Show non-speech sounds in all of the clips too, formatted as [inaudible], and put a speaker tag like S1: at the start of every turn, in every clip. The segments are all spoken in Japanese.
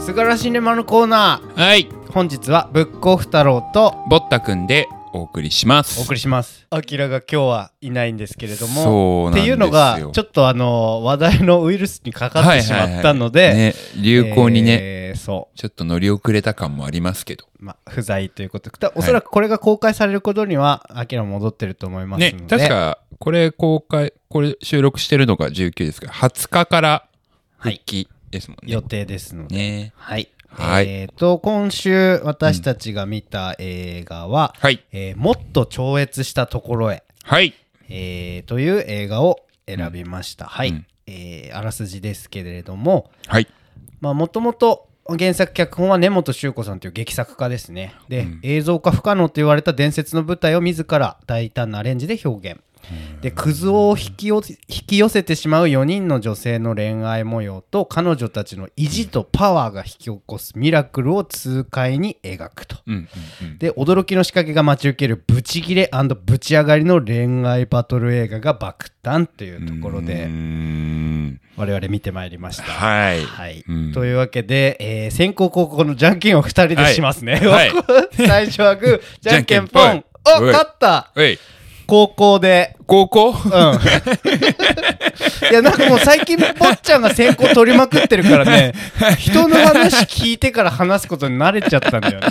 S1: 菅原シネマのコーナ
S2: はい、
S1: ー本日はブックオフ太郎と
S2: ぼったくんでお送りします。
S1: お送りし
S2: [laughs]
S1: ますあきらが今日はいないんですけれども
S2: そうなんですよ
S1: っていうのがちょっとあの話題のウイルスにかかっ
S2: は
S1: て
S2: い
S1: し
S2: はいはい
S1: まったので、
S2: ね、流行にね、
S1: えーそう
S2: ちょっと乗り遅れた感もありますけど。
S1: まあ、不在ということたおそらくこれが公開されることには、アキラ戻ってると思いますの
S2: ね
S1: で、、
S2: 確か、これ公開、これ収録してるのが19ですから、20日から復帰ですもんね。
S1: 予定ですので、
S2: ね。
S1: はい、
S2: はい
S1: えー、と今週私たちが見た映画は、
S2: はい。
S1: えーもっと超越したところへ」
S2: はい。
S1: えーという映画を選びました、はい、
S2: うん
S1: えーあらすじですけれども
S2: はい。
S1: もともと原作脚本は根本修子さんという劇作家ですねで、
S2: うん
S1: 映像化不可能と言われた伝説の舞台を自ら大胆なアレンジで表現でクズを引きよ引き寄せてしまう4人の女性の恋愛模様と彼女たちの意地とパワーが引き起こすミラクルを痛快に描くと。
S2: うん。うんうん。
S1: で驚きの仕掛けが待ち受けるブチギレブチ上がりの恋愛バトル映画が爆誕というところ
S2: うー
S1: で
S2: ん
S1: 我々見てまいりました。
S2: はい。
S1: はい、
S2: うん
S1: というわけで、えー先行後攻のじゃんけんを2人でしますね。
S2: はい
S1: [laughs] 最初はグー、じゃんけんぽ
S2: じゃん
S1: ん。
S2: けん
S1: あ
S2: ぽいおい
S1: 勝った
S2: えい、
S1: 高校で。[laughs]
S2: 高校
S1: うん。
S2: [laughs]
S1: いや、なんかもう最近、坊っちゃんが先行取りまくってるからね、人の話聞いてから話すことに慣れちゃったんだよね。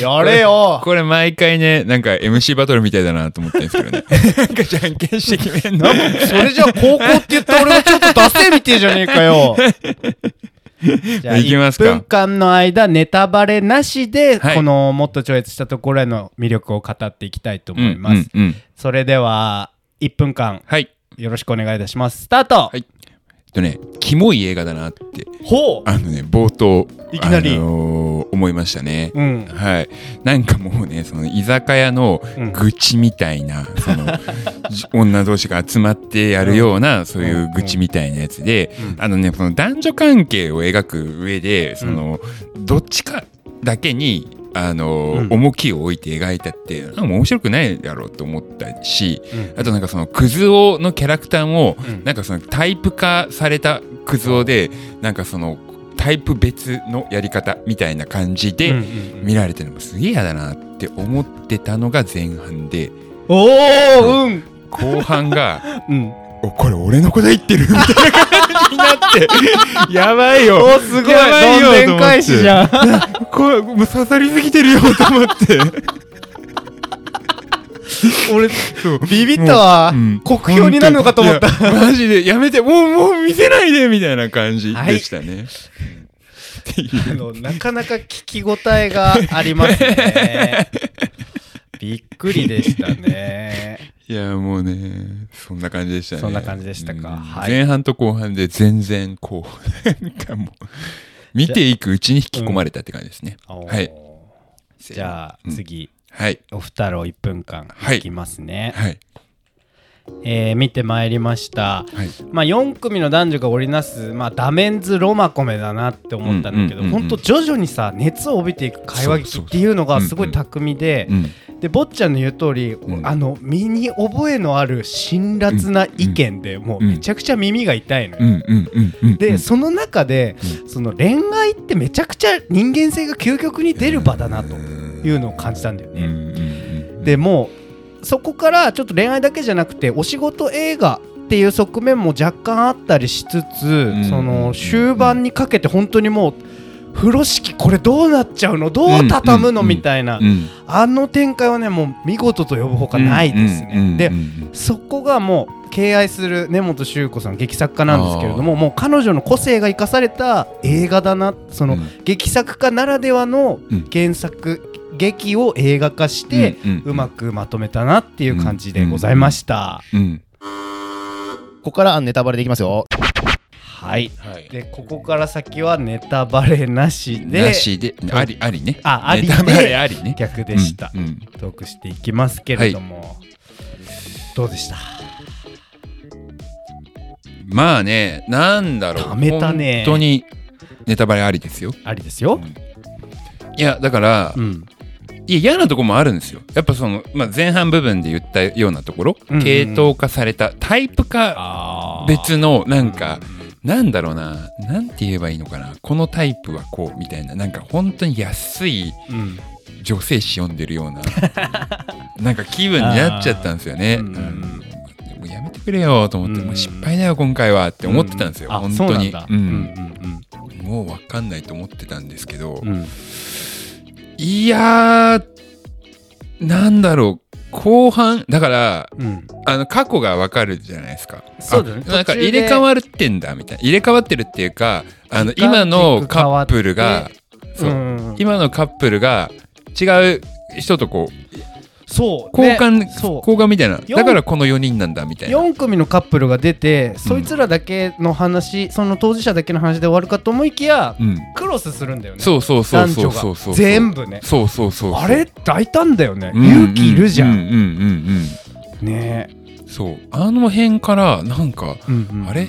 S1: やれよ
S2: これ毎回ね、なんか MC バトルみたいだなと思ってるんですけどね。 [laughs] なんかじゃんけんして決めんの
S1: なんかそれじゃあ高校って言った俺はちょっと出せみてえじゃねえか
S2: [laughs]
S1: よ。じゃあ
S2: いきますか
S1: 1分間の間ネタバレなしで、
S2: はい
S1: このもっと超越したところへの魅力を語っていきたいと
S2: う
S1: 思
S2: ん
S1: います。
S2: うんうん。
S1: それでは1分間
S2: はい。
S1: よろしくお願いいたします。スタート、
S2: はいえっとね、キモい映画だなって、
S1: ほ
S2: あのね、冒頭、
S1: いきなり
S2: あのー思いましたね
S1: う、。うん、
S2: はい。なんかもうね、その居酒屋の
S1: うん
S2: 愚痴みたいな、そ
S1: [laughs]
S2: の、じ女同士が集まってやるような、そういう愚痴みたいなやつで、あのね、この男女関係を描く上で、その、どっちかだけに、あのー
S1: うん
S2: 重きを置いて描いたってなんかもう面白くないだろうと思ったし、
S1: うん
S2: あとなんかそのクズ男のキャラクターも
S1: うん
S2: なんかそのタイプ化されたクズ男でなんかそのタイプ別のやり方みたいな感じ
S1: うんう
S2: で
S1: ん
S2: 見られてるのもすげえ嫌だなって思ってたのが前半で
S1: お
S2: [laughs]
S1: ーうん
S2: 後半が
S1: うん
S2: [laughs] 「おこれ俺のこと言ってる」みたいな感じになって [laughs] やばい
S1: お
S2: よ
S1: ーすごい
S2: やばいよ
S1: どんでん返しじ
S2: [laughs]
S1: ゃん
S2: これもう刺さりすぎてるよと思って。
S1: [laughs] 俺
S2: そう
S1: ビビったわ、
S2: うん
S1: 国評になるのかと思った
S2: 本当にいやマジでやめてもうもう見せないでみたいな感じでしたね、っていう
S1: あのなかなか聞き応えがあります
S2: [laughs]
S1: ね。びっくりでしたね。
S2: いやもうねそんな感じでしたね
S1: そんな感じでしたかはい
S2: 前半と後半で全然こう [laughs] なんかもう見ていくうちに引き込まれたって感じですね、
S1: おー
S2: はい
S1: じゃあ次、
S2: はい
S1: お二郎1分間
S2: はい
S1: いきますね。
S2: はい
S1: えー見てまいりました。
S2: はい
S1: まあ、4組の男女が織りなす、まあ、ダメンズロマコメだなって思ったんだけど
S2: うんうんうんうん
S1: 本当徐々にさ熱を帯びていく会話劇っていうのがすごい巧みで
S2: う。ん
S1: で坊ちゃんの言う通り、
S2: うん
S1: あの身に覚えのある辛辣な意見で、もうめちゃくちゃ耳が痛いのよ。
S2: うんうんうんうん
S1: で、
S2: うん
S1: その中で、
S2: う
S1: その恋愛ってめちゃくちゃ人間性が究極に出る場だなというのを感じたんだよ
S2: うんうん
S1: ね。
S2: うん
S1: でもうそこからちょっと恋愛だけじゃなくてお仕事映画っていう側面も若干あったりしつつ、
S2: ん
S1: その終盤にかけて本当にもう風呂敷これどうなっちゃうのどう畳むの、
S2: うん
S1: みたいな、
S2: うん
S1: あの展開はねもう見事と呼ぶほかないですね。
S2: うんうんうん
S1: で
S2: うん
S1: そこがもう敬愛する根本周子さん劇作家なんですけれどももう彼女の個性が生かされた映画だなその、
S2: うん
S1: 劇作家ならではの
S2: うん
S1: 原作、劇を映画化して、
S2: うんうん
S1: うまくまとめたなっていう感じでございました。
S2: うん
S3: ここからネタバレできますよ。
S1: はい
S2: はい
S1: でここから先はネタバレなしで
S2: なしでありありね
S1: ああり
S2: ネタバレ
S1: で
S2: ありね
S1: 逆でした、
S2: うんうん
S1: トークしていきますけれども、どうでした
S2: まあね、なんだろう。
S1: ためたね
S2: 本当にネタバレありですよ。
S1: ありですよ、
S2: いや、だから、
S1: うん
S2: いや嫌なとこもあるんですよ。やっぱその、まあ、前半部分で言ったようなところ、
S1: うんうん
S2: 系統化されたタイプ化
S1: あー
S2: 別のなんかなんだろうななんて言えばいいのかなこのタイプはこうみたいななんか本当に安い
S1: うん
S2: 女性誌読んでるよ
S1: [laughs]
S2: うななんか気分になっちゃったんですよね。
S1: う
S2: うんんもうやめてくれよと思って、
S1: うん
S2: もう失敗だよ今回はって思ってたんですよ、
S1: あ
S2: 本当
S1: そ
S2: に
S1: うなんだ
S2: う
S1: うんん
S2: もう分かんないと思ってたんですけど、
S1: うんうんうん
S2: いやーなんだろう後半だから
S1: うん
S2: あの過去が分かるじゃないですか
S1: そうだね
S2: あなんか
S1: 途中で
S2: 入れ替わってんだみたいな入れ替わってるっていうかあの
S1: 時間軸
S2: 今のカップルがそう、
S1: うん
S2: 今のカップルが違う人とこう
S1: そう
S2: 交換、
S1: ねそう
S2: 交換みたいな
S1: よん
S2: だからこの4人なんだみたいな
S1: 4組のカップルが出てそいつらだけの話、その当事者だけの話で終わるかと思いきや、
S2: うん
S1: クロスするんだよね
S2: そうそうそう
S1: 男
S2: そ
S1: 女
S2: うそうそう
S1: が全部ね
S2: そうそうそう
S1: あれ大胆だよね、
S2: うん
S1: 勇気いるじゃ
S2: うん
S1: ん、
S2: うんうん
S1: ね
S2: うんそうあの辺からなんか
S1: え、うんうん
S2: あれ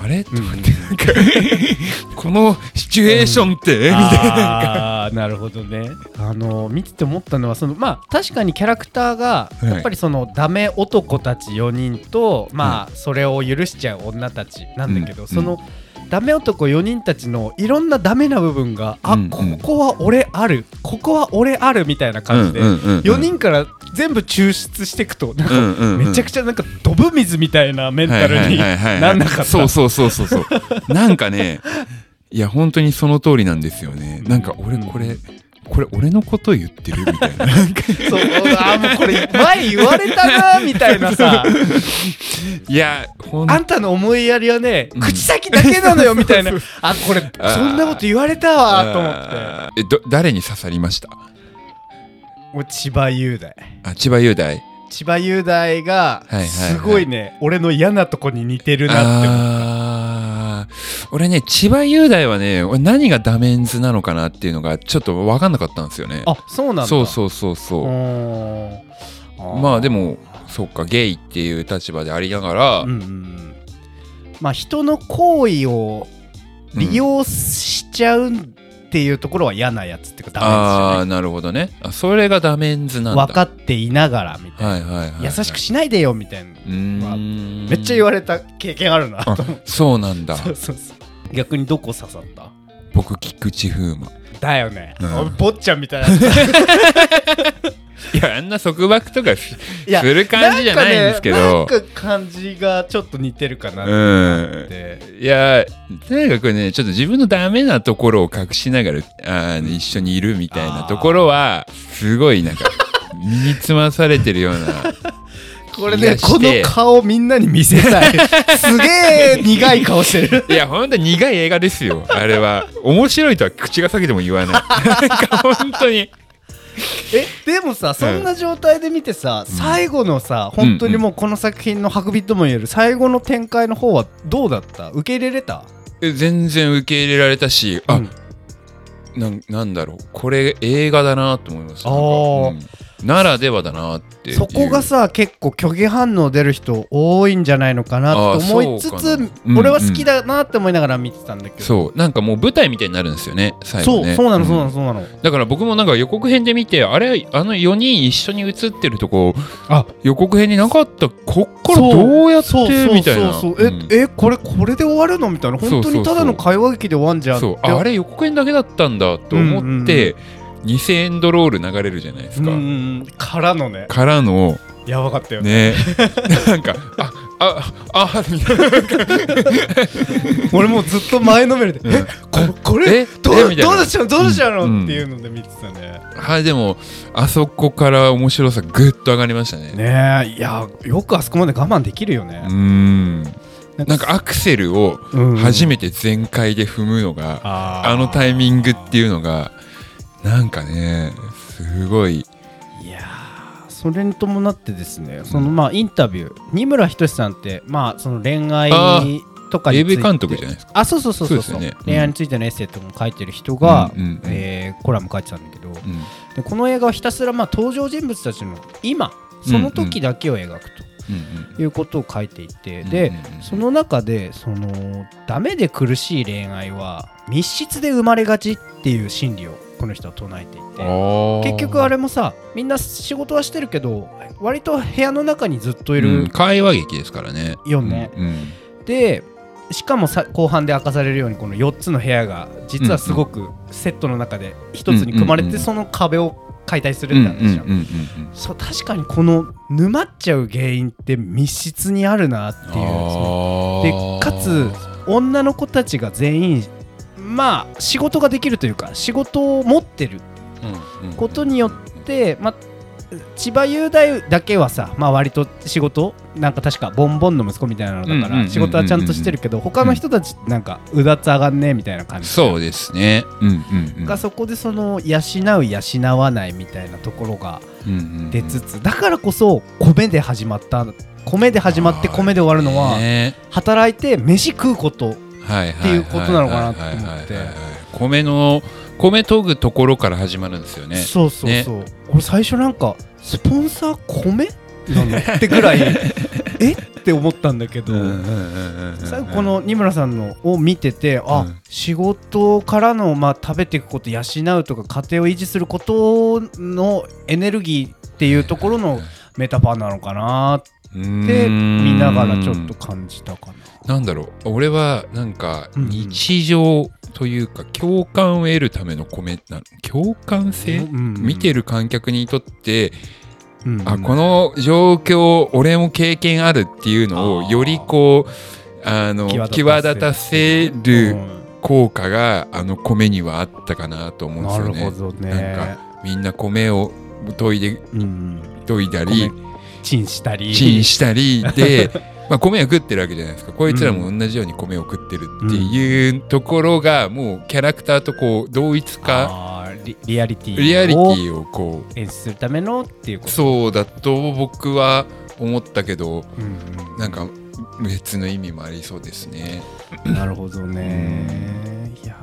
S2: あれと
S1: うん
S2: 思ってなんか [laughs] このシチュエーションってみたい [laughs] な
S1: あーなるほどねあの見てて思ったのはそのまあ確かにキャラクターが
S2: い
S1: やっぱりそのダメ男たち4人と、まあそれを許しちゃう女たちなんだけど、
S2: うん
S1: そのダメ男4人たちのいろんなダメな部分が、
S2: うんう
S1: あ
S2: ん
S1: ここは俺あるここは俺あるみたいな感じで、
S2: うんうんうん
S1: 4人から全部抽出していくとなんか
S2: うんうんうん
S1: めちゃくちゃなんかドブ水みたいなメンタルに
S2: はいはいはいはい
S1: なんなかった
S2: そうそうそう [laughs] そうそうなんかねいや本当にその通りなんですよねなんか俺これこれ俺のこと言ってる [laughs] みたいななんか
S1: そう [laughs] あーもうこれ前言われたなみたいなさ。
S2: いやほん
S1: あんたの思いやりはね、
S2: うん
S1: 口先だけなのよみ
S2: [laughs]
S1: たいなあこれ
S2: あー
S1: そんなこと言われたわと思って
S2: あーえど誰に刺さりました
S1: 俺千葉雄大
S2: あ千葉雄大
S1: 千葉雄大が
S2: はいはいはい
S1: すごいね、俺の嫌なとこに似てるなって思う
S2: あー俺ね千葉雄大はね俺何がダメンズなのかなっていうのがちょっと分かんなかったんですよね
S1: あそうなんだ
S2: そうそうそうそうう
S1: ーんあー
S2: まあでもそっかゲイっていう立場でありながら、
S1: うんうんうんまあ人の行為を利用しちゃうっていうところは嫌なやつっていうかダメですよ
S2: ああーなるほどねあそれがダメンズなんだ
S1: 分かっていながらみたいな、
S2: はいはいはい、
S1: 優しくしないでよみたいな
S2: うーん
S1: めっちゃ言われた経験あるな
S2: あそうなんだ
S1: そうそうそう逆にどこ刺さった
S2: 僕菊池風磨
S1: だよね、
S2: うん
S1: 俺坊っちゃんみたいない
S2: [laughs] いやあんな束縛とかす
S1: や
S2: る感じじゃないんですけ
S1: な
S2: ど
S1: んか,、ね、なんか感じがちょっと似てるかなって
S2: うん
S1: って、
S2: いやなんかこれねちょっと自分のダメなところを隠しながらあー一緒にいるみたいなところはすごいなん [laughs] か身につまされてるような
S1: これ
S2: い
S1: ね
S2: や
S1: こ
S2: し
S1: の
S2: て
S1: 顔みんなに見せたい [laughs] すげえ苦い顔してる
S2: いやほんと苦い映画ですよあれは面白いとは口が裂けても言わないなんか本当に
S1: [laughs] えでもさそんな状態で見てさ、最後のさ本当にもうこの作品の運びとも言える最後の展開の方はどうだった受け入れれた
S2: え全然受け入れられたしあ、
S1: うん
S2: なんなんだろうこれ映画だなと思います
S1: あー
S2: なんかうんならではだなっていう
S1: そこがさ結構虚偽反応出る人多いんじゃないのかなと思いつ
S2: あー
S1: つ、
S2: そうかなうん
S1: 俺は好きだなって思いながら見てたんだけど、
S2: そうなんかもう舞台みたいになるんですよね最
S1: そ
S2: 後
S1: う
S2: ね
S1: そうなのそうなの
S2: ん
S1: そうなの、
S2: だから僕もなんか予告編で見てあれあの4人一緒に映ってるとこ
S1: あ
S2: 予告編になかったこっからどうやって
S1: そうそう
S2: みたいな
S1: そうそうえ,、
S2: うん
S1: えこれこれで終わるのみたいな
S2: そうそ
S1: 本
S2: う
S1: 当
S2: そう
S1: にただの会話劇で終わんじゃん
S2: そう
S1: で
S2: ああれ予告編だけだったんだと思って、2000エンドロール流れるじゃないです
S1: うん
S2: か、
S1: うんうんからのね
S2: からの
S1: やばかったよね [laughs]
S2: ねなんかあああみたいな
S1: 俺もうずっと前のめりで「
S2: ん
S1: えここれ
S2: え
S1: ど
S2: え
S1: う
S2: みたいな
S1: どうでしょうどうでしょうの?
S2: うん
S1: っていうので見てたね
S2: はいでもあそこから面白さぐっと上がりましたね
S1: ねえいやよくあそこまで我慢できるよね
S2: うー、んなんかアクセルを
S1: うん
S2: 初めて全開で踏むのが、
S1: あー
S2: あのタイミングっていうのがなんかねすご
S1: い
S2: い
S1: やーそれに伴ってですねそのまあインタビュー二村仁志さんってまあその恋愛
S2: あ
S1: とかについて
S2: AV 監督じゃないですか
S1: あそうそうそうそう
S2: そうですよねうん
S1: 恋愛についてのエッセイとかも書いてる人が、
S2: うんうんうん
S1: えーコラム書いてたんだけど
S2: うん
S1: でこの映画はひたすらまあ登場人物たちの今その時だけを描く
S2: うん
S1: ということを書いていて、
S2: うん
S1: で
S2: うんうんうん
S1: その中でそのダメで苦しい恋愛は密室で生まれがちっていう心理をこの人は唱えていて。
S2: うん
S1: 結局あ
S2: れ
S1: れもさみんな仕事はしてるけど割と部屋の中にずっといる
S2: 会話劇ですからね
S1: よね、
S2: うん
S1: でしかもさ後半で明かされるようにこの4つの部屋が実はすごくセットの中で一つに組まれ
S2: うんう
S1: て
S2: ん
S1: その壁を解体す
S2: う
S1: る
S2: ん
S1: っ
S2: うん
S1: て
S2: う
S1: 話じゃん。
S2: ん
S1: そう確かにこの沼っちゃう原因って密室にあるなっていうですねでかつ女の子たちが全員まあ仕事ができるというか仕事を持ってることによって、まあ、千葉雄大だけはさ、まあ、割と仕事なんか確かボンボンの息子みたいなのだか
S2: うんうんうんうんうん
S1: ら仕事はちゃんとしてるけど他の人たちなんかうだつ上がんねえみたいな感じ
S2: そうですねうんうん
S1: がそこでその養う養わないみたいなところが
S2: うん
S1: 出つつだからこそ米で始まった米で始まって米で終わるのは
S2: ね
S1: 働いて飯食うこと
S2: はい
S1: っていうことなのかなと思って
S2: はいはいはいはい米の米研ぐところから始まるんですよね
S1: そうそうそう、俺最初なんかスポンサー米なのってぐ
S2: [laughs]
S1: らいえって思ったんだけど、最後この二村さんのを見ててあ、
S2: うん
S1: 仕事からの、まあ、食べていくこと養うとか家庭を維持することのエネルギーっていうところのメタファーなのかなっ
S2: で
S1: て見ながらちょっと感じたかな。
S2: なんだろう俺はなんか
S1: うんうん
S2: 日常というか共感を得るための米なの共感性、見て
S1: る、
S2: る観客にとって、
S1: うんうん
S2: あこの状況俺も経験あるっていうのを
S1: あー
S2: よりこうあの
S1: 際立たせ
S2: 際立たせ
S1: う
S2: る
S1: ん
S2: 効果があの米にはあったかなと思うんです
S1: な
S2: よ
S1: る
S2: ね
S1: ほ。どね。
S2: なんみんな米を研いで
S1: うん、
S2: 研いだり
S1: チンしたり。
S2: チンしたり
S1: [laughs]
S2: で、まあ、米は食ってるわけじゃないですかこいつらも同じように米を食ってるっていうところがもうキャラクターとこう同一化
S1: あーリリアリティ
S2: リアリテ
S1: を
S2: ィをこ
S1: 演出するためのっていうこ
S2: う
S1: と
S2: そうだと僕は思ったけど
S1: うんう
S2: なんか別の意味もありそうですね。
S1: んなるほどねいや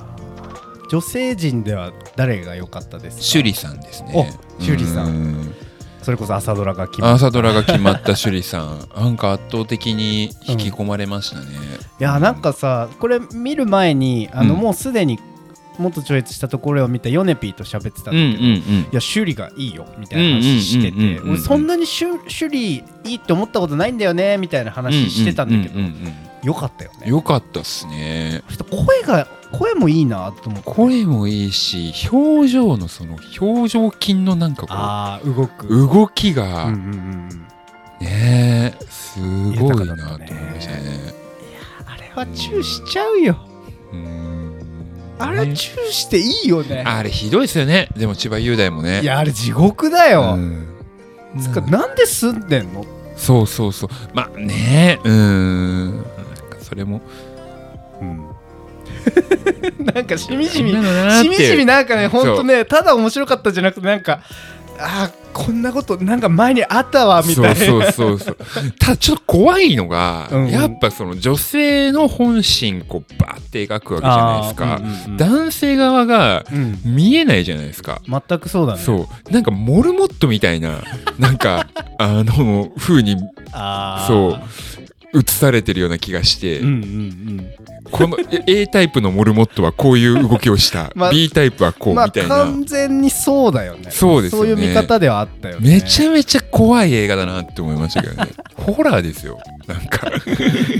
S1: ー女性陣では誰が良かったですか
S2: 趣里さんですね。
S1: お趣里さん
S2: うん。
S1: それこそ朝ドラが決まる
S2: 朝ドラが決まった趣里さん、 [laughs] なんか圧倒的に引き込まれましたね。
S1: いやーなんかさこれ見る前にあの、
S2: うん
S1: もうすでにもっと超越したところを見たヨネピーと喋ってたんだけど、
S2: うんうん
S1: いや修理がいいよみたいな話して
S2: うんうんうん
S1: て
S2: うんうん
S1: 俺そんなに修修理いいって思ったことないんだよねみたいな
S2: うん。
S1: 話してたんだけ
S2: う
S1: ど
S2: ううん
S1: よかったよ
S2: うん
S1: ね
S2: よかったっすね。
S1: ちょっと声が声もいいなと思って
S2: 声もいいし、表情のその表情筋のなんか
S1: ああ動く
S2: こう動き
S1: うんう
S2: が
S1: んうん
S2: ねすごいな
S1: 豊かだ
S2: と
S1: ったね
S2: 思いましたね。
S1: あれはチューしちゃうよ
S2: うん
S1: あれは
S2: ね
S1: チューしていいよね
S2: あれひどいですよね。でも千葉雄大もね。
S1: いやあれ地獄だ
S2: う
S1: よ
S2: ん
S1: つかなんで住んでんの
S2: そうそうそうまあねうーんなんかそれも
S1: [laughs] なんかしみじ
S2: み
S1: み
S2: んなだなって
S1: しみじみなんかね
S2: そう
S1: ほんとねただ面白かったじゃなくてなんかあーこんなことなんか前にあったわみたい
S2: そ
S1: な
S2: うそうそうそうただちょっと怖いのが、
S1: うん
S2: やっぱその女性の本心こうバーって描くわけじゃないですか、
S1: あーうんうんうん
S2: 男性側が
S1: うん
S2: 見えないじゃないですか、
S1: 全くそうだね
S2: そうなんかモルモットみた
S1: [laughs]
S2: いななんかあの風に
S1: あー
S2: そう映されてるような気がして、
S1: うんうん
S2: この A タイプのモルモットはこういう動きをした、
S1: [laughs] まあ
S2: B タイプは
S1: う
S2: こ
S1: ん
S2: う
S1: まあ
S2: みたいな、
S1: 完全にそうだよね
S2: そうですよね
S1: そういう見方ではあったよね
S2: めちゃめちゃ怖い映画だなって思いましたけど
S1: [laughs]
S2: ねホラーですよなんか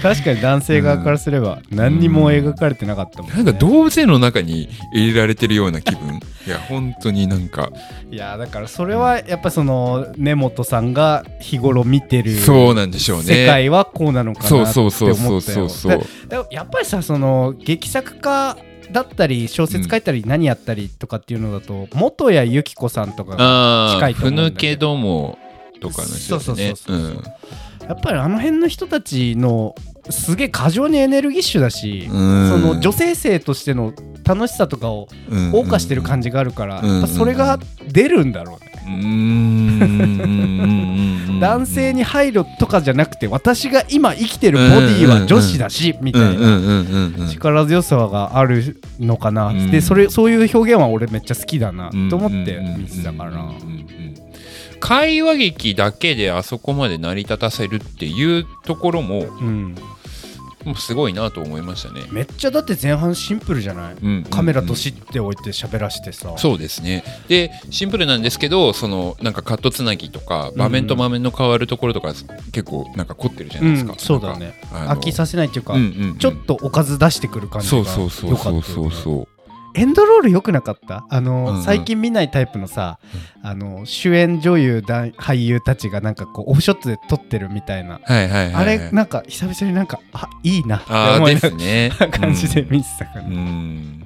S1: 確かに男性側からすれば何にも描かれてなかったもんね
S2: なんか動物園の中に入れられてるような気分いや本当になんか
S1: いやだからそれはやっぱその根本さんが日頃見てる
S2: そうなんでしょうね
S1: 世界はこうなのか
S2: そ
S1: な
S2: う
S1: って
S2: そ
S1: 思
S2: う
S1: った
S2: そう
S1: よ
S2: そうそうそう
S1: でもやっぱりさその劇作家だったり小説書いたり何やったりとかっていうのだと元谷由紀子さんとかが
S2: あ
S1: 近
S2: あ
S1: いと
S2: ふ
S1: 思うんだけど
S2: ぬけどもとかの人で
S1: そうそ
S2: すね
S1: うそうやっぱりあの辺の人たちのすげえ過剰にエネルギッシュだし、
S2: うん
S1: その女性性としての楽しさとかを
S2: うん
S1: 謳歌してる感じがあるから、
S2: うんうんうん
S1: やっぱそれが出るんだろうね、
S2: うーんうんうんうん
S1: 男性に配慮とかじゃなくて私が今生きてるボディは女子だし、み
S2: うん
S1: た
S2: うん
S1: いな。
S2: うんうんうん
S1: 力強さがあるのかな、
S2: うん
S1: でそれそういう表現は俺めっちゃ好きだなと思って
S2: うんうんうんうん
S1: 見てたから、
S2: うんうんうん会話劇だけであそこまで成り立たせるっていうところも
S1: うん
S2: もうすごいなと思いましたね。
S1: めっちゃだって前半シンプルじゃない、
S2: うん
S1: カメラ年って置いて喋らしてさ、
S2: そうですねでシンプルなんですけどそのなんかカットつなぎとか場面と場面の変わるところとか結構なんか凝ってるじゃないですか、
S1: うんそうだね
S2: なんか
S1: 飽
S2: あの
S1: きさせないっていうか、
S2: うんうんうん
S1: ちょっとおかず出してくる感じが
S2: そ
S1: 良かっ
S2: う
S1: た
S2: そうそうそうそう
S1: う
S2: そ
S1: エンドロール良くなかったあの、
S2: うんうん
S1: 最近見ないタイプのさ、あの主演女優だ俳優たちがなんかこうオフショットで撮ってるみたいな、
S2: うはいはいはい、はい、
S1: あれなんか久々になんかあいいなって
S2: あ
S1: 思
S2: ー
S1: いな
S2: で
S1: が
S2: すね
S1: ら [laughs] 感じで見てたから、
S2: うん、うん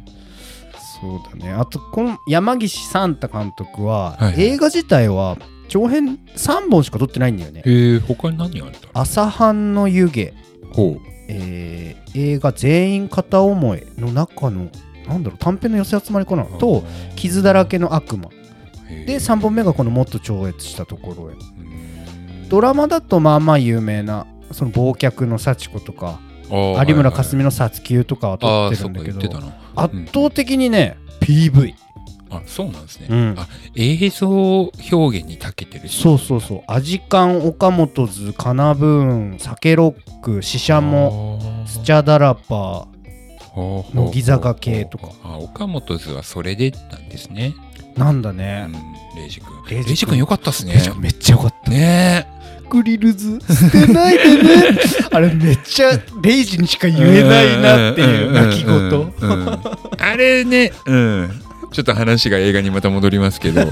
S1: そうだねあとこの山岸サンタ監督は、
S2: はいはい
S1: 映画自体は長編3本しか撮ってないんだよね
S2: えー、他に何あるんだろ
S1: 朝飯の湯気
S2: うほう
S1: えー映画「全員片思い」の中のなんだろう短編の寄せ集まりかなと「傷だらけの悪魔」で
S2: へー
S1: 3本目がこの「もっと超越したところへ
S2: うん」
S1: ドラマだとまあまあ有名な「その忘却の幸子」とか
S2: あー
S1: 有村
S2: はい
S1: 架純の「殺球」とかは
S2: はい
S1: 撮
S2: あ
S1: っ
S2: ー
S1: てるだ
S2: そうんか言
S1: けど
S2: ってたな
S1: 圧倒的にね PV
S2: あそうなんですね、
S1: うん
S2: あ映像表現に長けてる
S1: そうそうそうアジカン岡本図カナブーンサケロックシシャモスチャダラパー
S2: 乃
S1: 乃木坂系とか
S2: あ岡本図はそれでなんですね、
S1: なんだ
S2: う
S1: ね
S2: ん、レイジ君
S1: レイジ君
S2: レイジ君よかったっすね
S1: めちゃめっちゃよかった
S2: ね
S1: グリルズ捨てないで
S2: [laughs]
S1: ねあれめっちゃレイジにしか
S2: え
S1: 言えないなっていう泣き言
S2: うんうんうんうんあれね、うん、ちょっと話が映画にまた戻りますけ
S1: [laughs]
S2: ど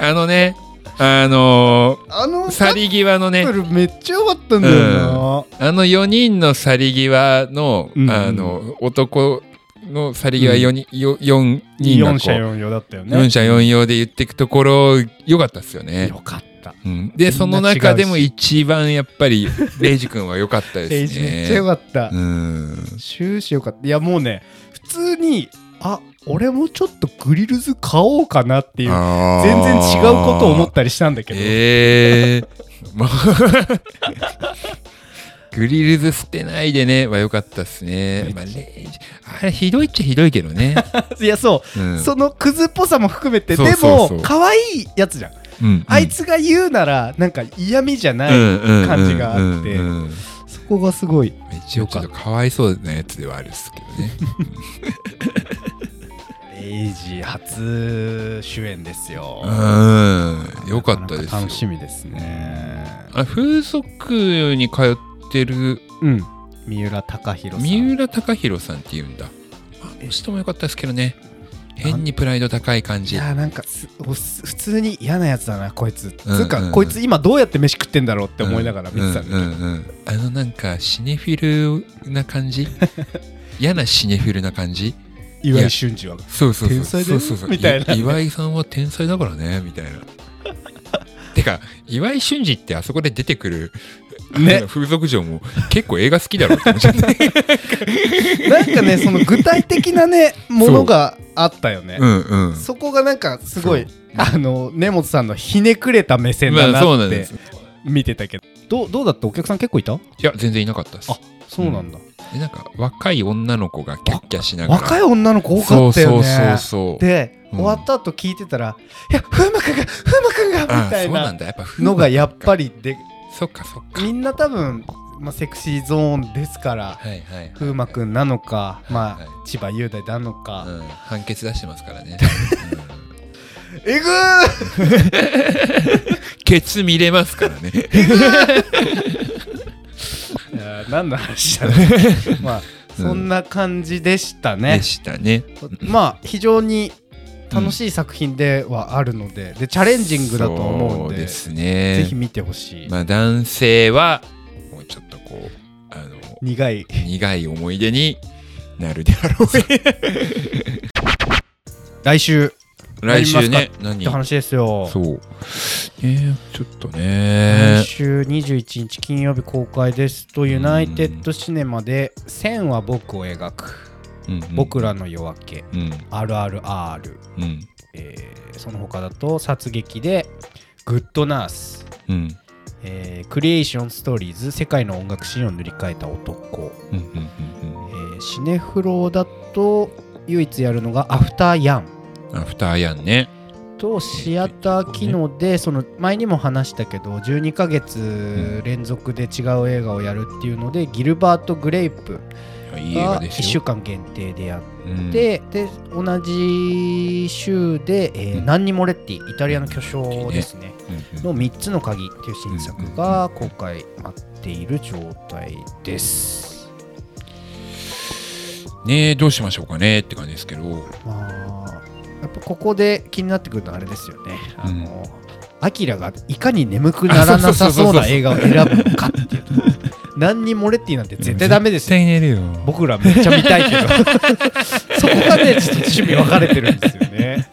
S2: あのねあの
S1: あの
S2: ー去り際のね
S1: カップルめっちゃ良かったんだよ
S2: あの4人の去り際の,、
S1: うんうん
S2: あの男の去り際 4, 人、よ四
S1: な、
S2: 人がこう
S1: 4社4用だったよね
S2: 四社四様で言っていくところよかったですよね
S1: よ。かった
S2: うんでその中でも一番やっぱりレイジ君は良かったです
S1: [laughs]
S2: ね。
S1: レイジめっちゃ良かった、
S2: うん
S1: 終始良かったいやもうね普通にあ俺もちょっとグリルズ買おうかなっていう全然違うことを思ったりしたんだけど、
S2: えーまあ [laughs] グリルズ捨てないでねは良かったですね。まあ、レイジあれひどいっちゃひどいけど [laughs] ね。
S1: いやそうう、
S2: ん
S1: そのクズっぽさも含めて
S2: そうそうそう
S1: でも可愛いやつじゃん
S2: うん
S1: あいつが言うならなんか嫌味じゃない、感じがあって
S2: うんうんうんうん
S1: そこがすごい
S2: 一応ちょっとかわいそうなやつではあるっすけどね。
S1: エイジ初主演ですよ
S2: うん、よかったですよ。
S1: 楽しみですね
S2: あ風俗に通ってる
S1: うん三浦貴大さん
S2: 三浦貴大さんっていうんだあの人も良かったですけどね変にプライド高い感
S1: い
S2: じ
S1: やなんかすおす普通に嫌なやつだなこいつ、
S2: うん
S1: つう
S2: うんう
S1: か
S2: ん
S1: こいつ今どうやって飯食ってんだろうって思いながら見てたんだけど、
S2: うんうんうんあのなんかシネフィルな
S1: [laughs]
S2: 感じ嫌なシネフィルな感じ
S1: 岩井俊二は
S2: そうそうそう
S1: 天才だ
S2: そ
S1: よ
S2: うそうそう
S1: みたいなね
S2: 岩井さんは天才だからね
S1: [laughs]
S2: みたいなてか岩井俊二ってあそこで出てくる、
S1: ね
S2: あの風俗嬢も結構映画好きだろうって思っち
S1: [laughs]
S2: ゃって
S1: なんか
S2: [laughs]
S1: ねその具体的なねものがあったよね
S2: うんうん
S1: そこがなんかすごい
S2: そ
S1: あの根本さんのひねくれた目線だ
S2: まあそう
S1: な
S2: なん
S1: っ
S2: で
S1: て
S2: す
S1: 見てたけど、どうどうだったお客さん結構いた
S2: いや全然いなかったです
S1: あそうなんだ、
S2: でなんか若い女の子がキャッキャしながら
S1: 若い女の子多かったよね
S2: そうそうそうそう
S1: で、
S2: うん
S1: 終わった後聞いてたら「いや風磨くんが風磨くんが!」
S2: あ
S1: みたい
S2: そうな
S1: なん
S2: だやっぱ風磨
S1: のがやっぱりで
S2: そっかそっか
S1: みんな多分、まあ、セクシーゾーンですから
S2: はいはいはい
S1: 風磨くんなのか、ま
S2: はいは
S1: あ、千葉雄大なのか、
S2: うん、判決出してますからね、
S1: えぐー
S2: [laughs] ケツ見れますからね
S1: いやー何の話だ
S2: [laughs]
S1: ねまあそんな感じでしたね
S2: で、したね
S1: まあ非常に楽しい作品ではあるので,、でチャレンジングだと思うん
S2: そう
S1: で
S2: ですね
S1: ぜひ見てほしい、
S2: まあ男性はもうちょっとこうあの
S1: 苦い
S2: 苦い思い出になるであろう
S1: 来週
S2: 来週
S1: なり
S2: ね何
S1: って話ですよ
S2: そうねちょっとね
S1: 来週21日金曜日公開ですとユナイテッドシネマで「線は僕を描く」
S2: うんう
S1: 「
S2: ん
S1: 僕らの夜明け」
S2: うん
S1: 「RRR
S2: うん」
S1: えーその他だと「殺撃」で「グッドナース」
S2: うん
S1: えークリエーションストーリーズ世界の音楽シーンを塗り替えた男」
S2: うんうんうん
S1: えーシネフローだと唯一やるのが「アフターヤン
S2: うんアフターヤンね」
S1: とシアター機能でその前にも話したけど12ヶ月連続で違う映画をやるっていうのでギルバート・グレイプ
S2: いい映画
S1: が
S2: で
S1: 1
S2: す
S1: 週
S2: よ。
S1: 間限定でやっ
S2: うん
S1: てで同じ週でえー
S2: うん
S1: ナンニ・モレッティイタリアの巨匠ですね
S2: うん
S1: の3つの鍵っていう新作が公開待っている状態です。
S2: ねえどうしましょうかねって感じですけど、
S1: まあ、やっぱここで気になってくるのはあれですよね。あの、アキラがいかに眠くならなさそうな映画を選ぶのかっていうところ。何にモレッティなんて絶対ダメですよ。
S2: 絶対寝るよ。
S1: 僕らめっちゃ見たいけど。 [laughs] そこがね、ちょっと趣味分かれてるんですよね。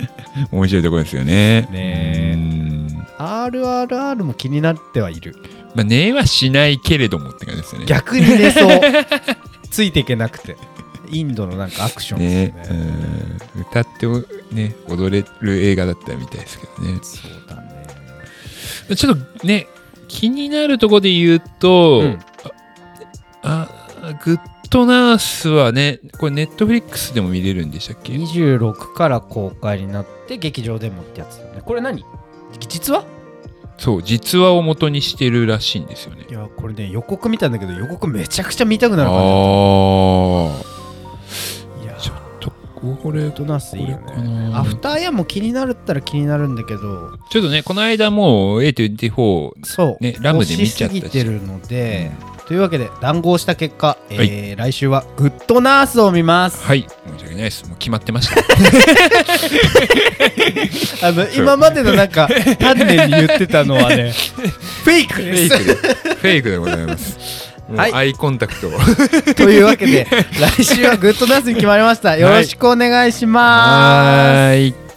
S2: 面白いところですよね。
S1: ねえ
S2: うん
S1: RRR も気になってはいる。
S2: まあ寝はしないけれどもって感じですよね。
S1: 逆に寝そう。ついていけなくて。インドのなんかアクション
S2: ね
S1: ですよね。
S2: うん歌っておね踊れる映画だったみたいですけどね。
S1: そうだね。
S2: ちょっとね気になるところで言うと、
S1: うん
S2: ああグッドナースはねこれネットフリックスでも見れるんでしたっけ
S1: 26から公開になって劇場でもってやつだよねこれ何実は
S2: そう実話を元にしてるらしいんですよね
S1: いやこれね予告見たんだけど予告めちゃくちゃ見たく
S2: あ
S1: な
S2: あ
S1: るか
S2: ー
S1: らいや
S2: ちょっとこれ
S1: フットナースいいよ
S2: これか
S1: ね
S2: な
S1: アフターヤも気になるったら気になるんだけど
S2: ちょっとねこの間もう A24
S1: そう、
S2: ねラムで見ちゃったし
S1: 押しすぎてるので、というわけで談合した結果、えー来週はグッドナースを見ます
S2: はい申し訳ないですもう決まって
S1: [laughs]
S2: ました
S1: あ [laughs] の今までのなん [laughs] か丹念に言ってたのは [laughs] ねフェイク
S2: フ
S1: で
S2: ェイ
S1: す
S2: クでフェイクでございますもう
S1: はい
S2: アイコンタクトを
S1: というわけで来週はグッドナースに決まりましたよろしくお願いします、
S2: ーい